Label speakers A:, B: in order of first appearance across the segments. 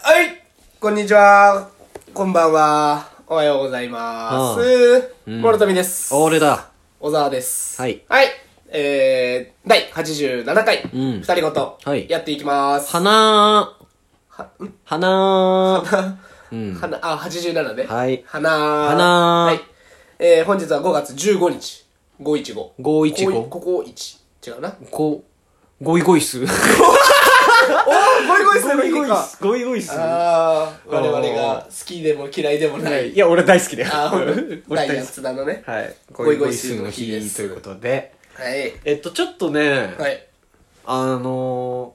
A: はい、こんにちは。こんばんは。おはようございます。
B: ん
A: 諸富です。
B: 俺だ。
A: 小沢です。
B: はい
A: はい。えー、第87回、
B: ん
A: 二人ごと、
B: はい
A: やっていきます。
B: 花
A: は、
B: 花
A: ん花、あ、87ね。
B: はい
A: 花
B: 花
A: はい。えー、本日は5月15日、515。
B: 515
A: こここ1。違うな。
B: こう、ゴイゴイス。
A: おー、ゴイゴイする いいか。
B: ゴイゴイス。
A: あー、我々が好きでも嫌いでもない。
B: いや、俺大好きだよ
A: あー、ほんと。
B: 俺
A: ダイ
B: 大
A: ヤ
B: 好
A: ツナのね
B: き。。はい。
A: ゴ
B: ゴ
A: イ
B: イ
A: ゴ
B: ゴ
A: イ
B: イ
A: ス
B: ス
A: の
B: の
A: 日
B: 日
A: です
B: ということで。
A: はい。
B: えっと、ちょっとね、
A: はい。
B: あの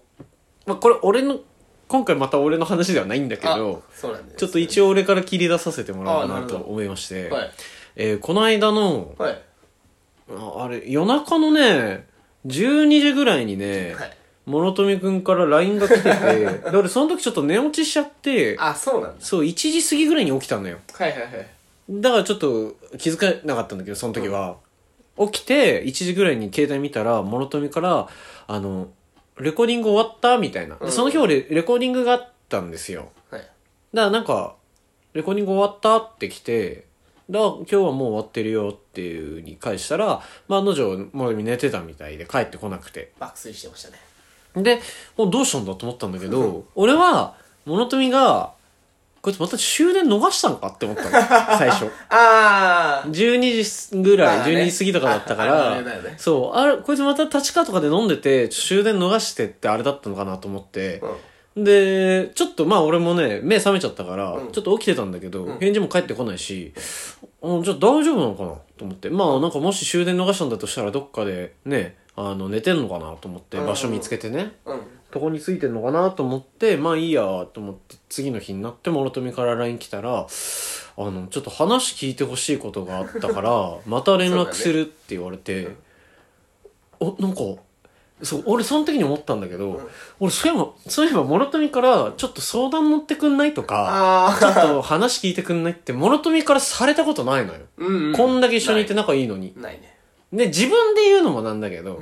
B: ー、まあ、これ俺の、今回また俺の話ではないんだけど、
A: あそうなんです。
B: ちょっと一応俺から切り出させてもらおうか
A: あな
B: な
A: るほ
B: と
A: ど
B: 思いまして、
A: はい
B: えーこの間の、
A: はい。
B: ああれ、夜中のね、12時ぐらいにね、
A: はい
B: 諸富くんから LINE が来てて、 で俺その時ちょっと寝落ちしちゃって、
A: あ、そうなんです。
B: そう、1時過ぎぐらいに起きたのよ。
A: はいはいはい。
B: だからちょっと気づかなかったんだけど、その時は。起きて、1時ぐらいに携帯見たら、諸富から、あの、レコーディング終わったみたいな。
A: ん
B: でその日俺、レコーディングがあったんですよ。
A: はい。
B: だからなんか、レコーディング終わったって来て、だから今日はもう終わってるよっていう風に返したら、まあ、案の定、もう寝てたみたいで帰ってこなくて。
A: 爆睡してましたね。
B: で、もうどうしたんだと思ったんだけど、俺は、物富が、こいつまた終電逃したのかって思ったの。最初。
A: あー。
B: 12時ぐら
A: まあ
B: い、
A: ね
B: 12時過ぎとかだったか
A: ああ
B: ら
A: れだよね、
B: そう、あれ、こいつまた立川とかで飲んでて、ちょっと終電逃してってあれだったのかなと思って、で、ちょっとまあ俺もね、目覚めちゃったから、
A: うん
B: ちょっと起きてたんだけど、
A: うん
B: 返事も返ってこないし、うん、じゃあ大丈夫なのかなと思って、まあなんかもし終電逃したんだとしたらどっかでね、あの寝てんのかなと思って、
A: うん
B: 場所見つけてね、
A: うん。うん。
B: どこについてんのかなと思って、まあいいやと思って、次の日になって、諸富から LINE 来たら、あの、ちょっと話聞いてほしいことがあっ たから、また連絡するって言われて、お、なんか、そう、俺その時に思ったんだけど、俺そういえば、そういえば諸富から、ちょっと相談乗ってくんないとか、
A: あ
B: ちょっと話聞いてくんないって、諸富からされたことないのよ。
A: ー。うん、うん。
B: こんだけ一緒にいて仲いいのに。
A: ないね。
B: で、自分で言うのもなんだけど、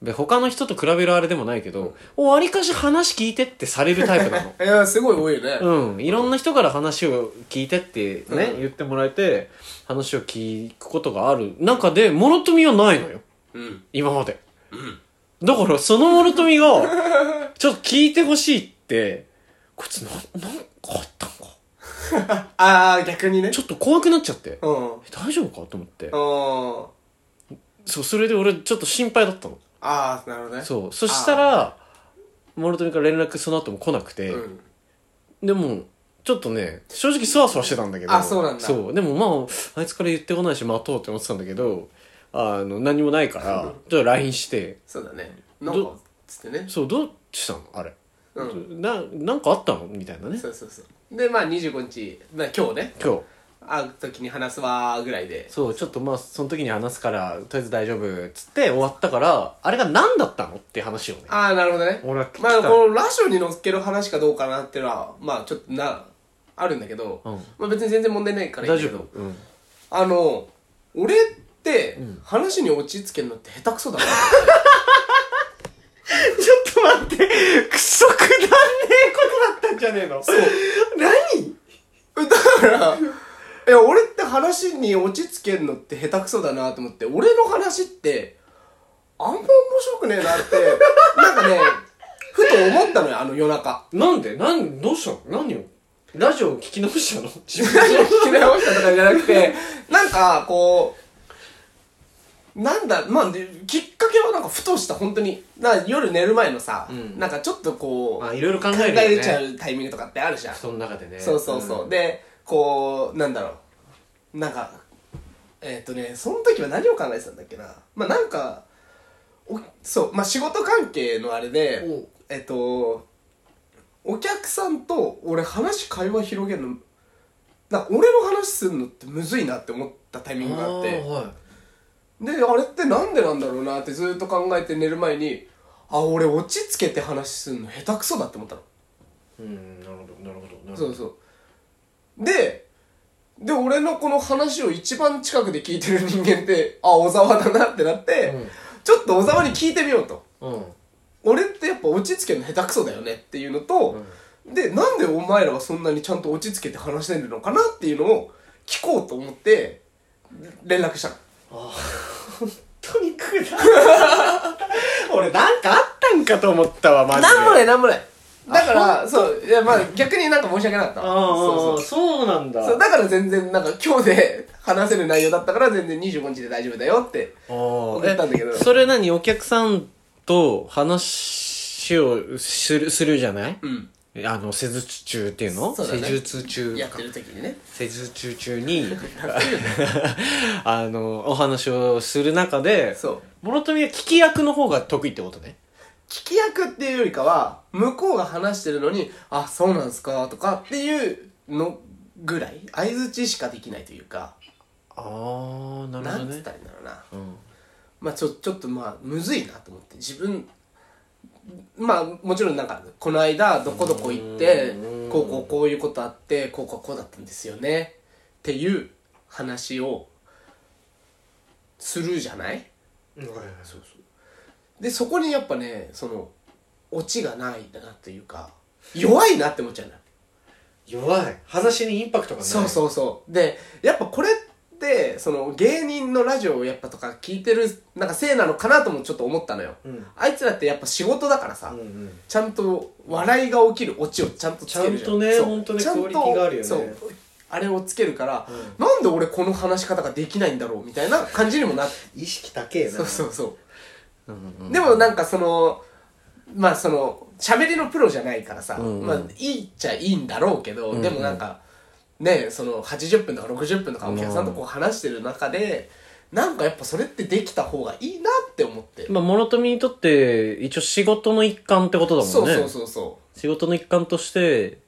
B: で他の人と比べるあれでもないけど、お、わりかし話聞いてってされるタイ
A: 。
B: プなの
A: いや、すごい多いよね。
B: うん。いろんな人から話を聞いてってね、
A: うん
B: 言ってもらえて、話を聞くことがある中で、諸富はないのよ。
A: うん。
B: 今まで。だから、その諸富が、 ちょっと聞いてほしいって、こいつな、なんかあったんか。
A: あー、逆にね。
B: ちょっと怖くなっちゃって。
A: うん。うん。
B: え大丈夫かと思って。
A: あ
B: そう、それで俺ちょっと心配だったの。
A: ー、なるほどね。
B: そうそしたら諸富から連絡その後も来なくて、
A: うん。
B: でもちょっとね正直そわそわしてたんだけど
A: あそうなんだ
B: そうでもまああいつから言ってこないし待とうって思ってたんだけどあの何もないからちょっと LINE して
A: そうだね。なんか、つってね。
B: そうどうしたのあれ、
A: うん
B: ななんかあったのみたいなね
A: そうそうそう。で、まあ25日、まあ今日ね、
B: 今日
A: 会う時に話すわーぐらいで。
B: そうちょっとまあその時に話すからとりあえず大丈夫っつって終わったからあれが何だったのって話をね
A: あー、なるほどね。
B: 俺は聞き
A: ま
B: たい
A: あこのラジオに載っける話かどうかなってのはまあちょっとなあるんだけど、
B: うん
A: まあ、別に全然問題ないからいいん
B: 大
A: だ
B: 丈
A: けど
B: 夫うん
A: あの俺って話に落ち着けるのって下手く そだな、
B: ちょっと待って、クソくだんねえことだったんじゃねえのそう。何
A: だからいや俺って話に落ち着けるのって下手くそだなと思って俺の話ってあんま面白くねえなってなんかねふと思ったのよあの夜中
B: なんでなんどうしたの何をラジオを聞き直したの自
A: ラ
B: 分
A: ジ オ聞
B: で
A: き直したとかじゃなくて、なんか、こう、なんだ、まあ、できっかけはなんか、ふとした、本当に。なんか夜寝る前のさ、
B: ん
A: なんかちょっとこう、
B: あいろいろ考える
A: 考
B: よね
A: えちゃうタイミングとかってあるじゃん。
B: その中でね。
A: そうそうそう。
B: ん。
A: で、こう、なんだろう。なんか、えっ、とね、その時は何を考えてたんだっけな。まあ、なんか、おそう、まあ、仕事関係のあれで
B: おう、
A: えっ、と、お客さんと俺話会話広げるの、な俺の話するのってむずいなって思ったタイミングがあって
B: あー、は
A: で、あれってなんでなんだろうなってずっと考えて寝る前に、あ、俺落ち着けて話するの下手くそだって思ったの。
B: い。うん、なるほど、なるほど。なるほ
A: そ
B: ど
A: うそうでで俺のこの話を一番近くで聞いてる人間ってあ小沢だなってなって、
B: うん
A: ちょっと小沢に聞いてみようと
B: うん。
A: 俺ってやっぱ落ち着けるの下手くそだよねっていうのと、でなんでお前らはそんなにちゃんと落ち着けて話してるのかなっていうのを聞こうと思って連絡したの
B: 当にくだ 俺なんかあったんかと思ったわマジで
A: なんもないなんもないだからそういやまあ逆になんか申し訳なかった
B: ああ
A: そう
B: そう
A: そう
B: そうなんだ
A: そうだから全然なんか今日で話せる内容だったから全然25日で大丈夫だよって
B: あー
A: 送ったんだけど
B: えそれ何お客さんと話をするするじゃない
A: うん
B: あの施術中っていうの
A: そうだね
B: 施術中
A: やっ
B: か
A: てる時 にね
B: 施術中に あのお話をする中で
A: そう
B: モロトミは聞き役の方が得意ってことね
A: 聞き役っていうよりかは向こうが話してるのに「あそうなんすか」とかっていうのぐらい相づちしかできないというか
B: ああなる
A: な
B: ほど
A: んつっ
B: ね
A: たらいいんだろうな
B: うん
A: まあちょちょっとまあむずいなと思って自分まあもちろんなんかこの間どこどこ行って
B: うん
A: こうこうこういうことあってこうこうこうだったんですよねっていう話をするじゃないそうそうでそこにやっぱねそのオチがないなというか弱いなって思っちゃうのよ
B: 弱い話にインパクトがない
A: そうそうそうでやっぱこれってその芸人のラジオをやっぱとか聞いてるなんかせいなのかなともちょっと思ったのよ、
B: うん
A: あいつらってやっぱ仕事だからさ、
B: うんうん
A: ちゃんと笑いが起きるオチをちゃんとつけるじゃん
B: ちゃんとね
A: そう
B: 本当ね
A: ちゃんと
B: クオリティがあるよね
A: そうあれをつけるから、なんで俺この話し方ができないんだろうみたいな感じにもなって
C: 意識高えな
A: そうそうそう
B: うんうん
A: でもなんかそのまあその喋りのプロじゃないからさ、
B: うんうん
A: まあいいっちゃいいんだろうけど、
B: うんうん
A: でもなんかねその80分とか60分とかお客さんとこう話してる中で、なんかやっぱそれってできた方がいいなって思って、
B: まあ、諸富にとって一応仕事の一環ってことだもんね
A: そうそうそうそ
B: 仕事の一環として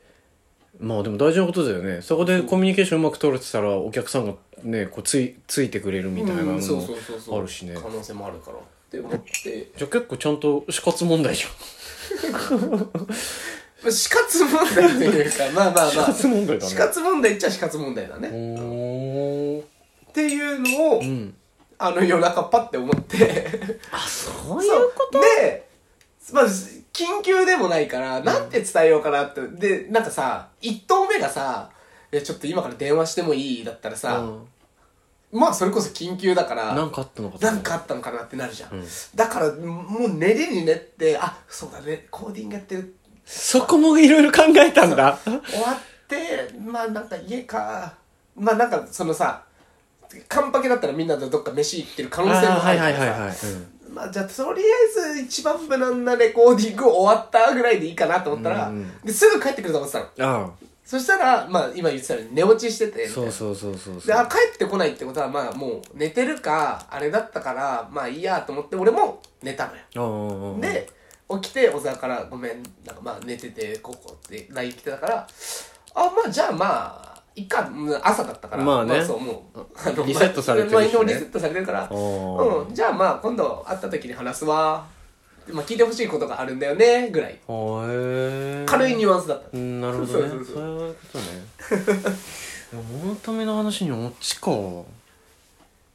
B: まあでも大事なことだよねそこでコミュニケーションうまく取れてたらお客さんがねこうついついてくれる
A: う
B: みたいなの
A: う
B: も
A: んそうそうそうそう
B: あるしね
A: 可能性もあるからって思って
B: じゃあ結構ちゃんと死活問題じゃん
A: まあ死活問題というかまあまあまあ
B: 死活問題だね
A: 死活問題っちゃ死活問題だね、
B: お
A: っ
B: ー
A: ていうのを、
B: うん
A: あの夜中パッて思って
B: あそ
A: そ
B: ういう
A: うで、まあ、緊急でもないから、なんて伝えようかなって。で、なんかさ、一頭目がさ、え、ちょっと今から電話してもいいだったら
B: う
A: さ、
B: ん
A: まあそれこそ緊急だか
B: な
A: ら、
B: んかあったのかと
A: な
B: 思うん
A: かあったのかなってなるじゃん。
B: ん
A: だから、もう練りに練って、あ、そうだね、コーディングやってる。
B: そこもいろいろ考えたんだ
A: 終わって、まあなんか家か。まあなんかそのさ、カンパケだったらみんなとどっか飯行ってる可能性もあるからさ、
B: い、
A: まあじゃあとりあえず一番無難なレコーディング終わったぐらいでいいかなと思ったら、
B: うんうん
A: ですぐ帰ってくると思ってたの
B: あ
A: そしたらまあ今言ってたように寝落ちしててみたいな
B: そうそうそうそう
A: であ帰ってこないってことはまあもう寝てるかあれだったからまあいいやと思って俺も寝たのよ、
B: う
A: で起きて小沢から「ごめんなんかまあ寝ててこうこう」って LINE 来てたからあまあじゃあまあいっかうん朝だったから
B: まあね
A: そうもうあの
B: リセットされてるしね
A: まあ今リセットされてるから
B: おー
A: うんじゃあまあ今度会った時に話すわでまあ聞いてほしいことがあるんだよねぐらい
B: はえ
A: 軽いニュアンスだった
B: うんなるほどね
A: そうそうそう
B: そういうことねいや物ための話にオチか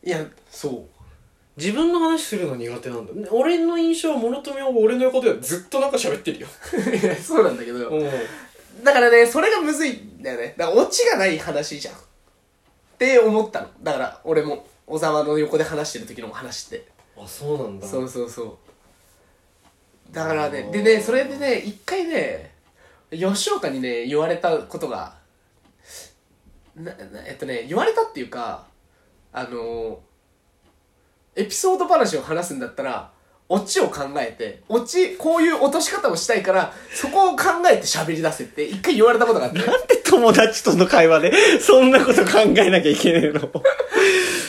A: いやそう
B: 自分の話するの苦手なんだ俺の印象は物富は俺の横ではずっとなんか喋ってるよ
A: いや そうなんだけどだからねそれがむずいんだよねだからオチがない話じゃんって思ったのだから俺も小沢の横で話してる時の話って
B: あそうなんだ
A: そうそうそうだからね
B: あー
A: でねそれでね一回ね吉岡にね言われたことがななえっとね言われたっていうかあのエピソード話を話すんだったらオチを考えてオチこういう落とし方をしたいからそこを考えて喋り出せって一回言われたことがあって
B: なんで友達との会話でそんなこと考えなきゃいけねえの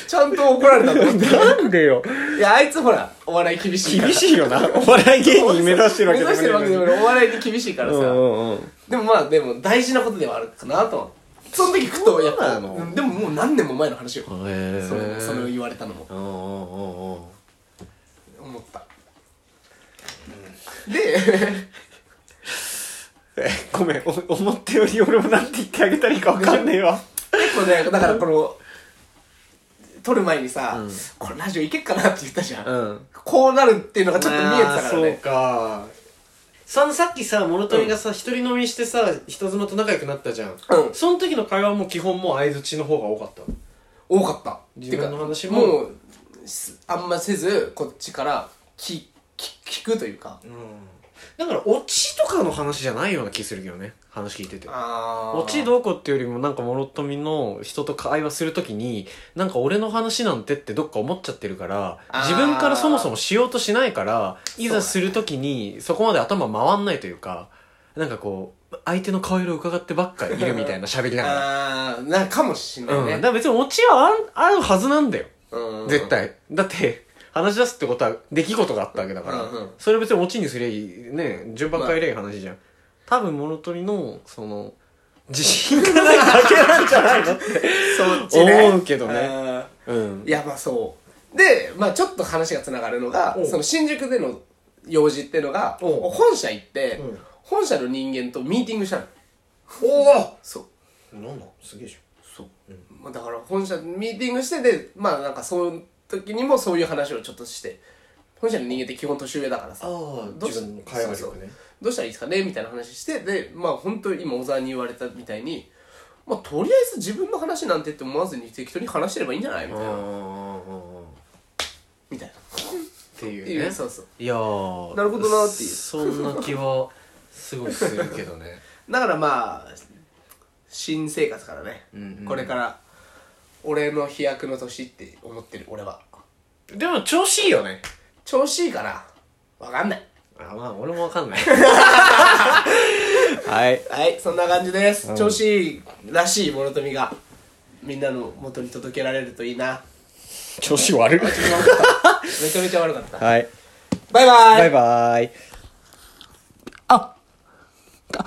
A: ちゃんと怒られたと思 って
B: なんでよ
A: いやあいつほらお笑い厳しいから
B: 厳しいよなお笑い芸人目指してるわけ
A: 目指してるわけでも
B: ない
A: ないお笑いに厳しいからさ、
B: うんうん
A: でもまあでも大事なことではあるかなとその時ふとやっぱ
B: そうなの
A: うんでももう何年も前の話よ
B: うんへ
A: そのそれを
B: え
A: 言われたのも
B: うんうんうんうん
A: 思ったで
B: えごめんお思ったより俺もなんて言ってあげたらいいかわかんねえわ
A: 結構ねだからこの撮る前にさ、
B: うん
A: これラジオいけっかなって言ったじゃん、
B: ん
A: こうなるっていうのがちょっと見えてた
B: あ
A: か
B: ー
A: らね
B: そうかささっきさ諸富がさ一、人飲みしてさ人妻と仲良くなったじゃん、
A: うん
B: その時の会話も基本もう相づちの方が多かった
A: 多かった
B: 自分の話も
A: てかもうすあんませずこっちから聞聞聞くというか
B: だからオチとかの話じゃないような気するけどね話聞いてて
A: あ
B: オチどうこうっていうよりもなんか諸富の人と会話するときになんか俺の話なんてってどっか思っちゃってるから
A: あー
B: 自分からそもそもしようとしないからい
A: そうだ
B: ざ
A: ね
B: するときにそこまで頭回んないというかなんかこう相手の顔色を伺ってばっかいるみたいな喋りながら。
A: あーなんかもしんな
B: う
A: い
B: ん、だ
A: ね
B: か、ら別にオチはあんあるはずなんだよ、
A: うん
B: 絶対だって話し出すってことは出来事があったわけだから、
A: うんうん
B: それ別にオチにすりゃいいね順番変えりゃいい話じゃん、多分物取りのその自信がないだけなんじゃないの って
A: そっちね
B: 思うけどね
A: あ
B: うん
A: ーいやまあそうでまあちょっと話がつながるのが
B: おう
A: その新宿での用事ってのが
B: おう
A: 本社行って
B: うん
A: 本社の人間とミーティングしたの
B: お
A: そう
B: おなんだすげえじ
A: そう、まあ、だから本社ミーティングしてでまあなんかその時にもそういう話をちょっとして本社の人間って基本年上だからさ
B: ゃんあ
A: どうしそうそうどうしたらいいですかねみたいな話してでまあ本当に今小沢に言われたみたいにまあとりあえず自分の話なんてって思わずに適当に話してればいいんじゃないみたいなみたいな
B: って
A: って
B: い
A: いうう
B: ね
A: そうそう
B: いやー
A: なるほどなっていう
B: そんな気はすごいするけ どね
A: だからまあ新生活からね、
B: うんうん
A: これから俺の飛躍の年って思ってる俺は
B: でも調子いいよね
A: 調子いいかなわかんない
B: あまあ俺もわか んないはい
A: はいそんな感じです、
B: うん
A: 調子いいらしい諸富がみんなの元に届けられるといいな
B: 調子悪い
A: めちゃめちゃ悪かった
B: はい。
A: バイバイ
B: バイバイ。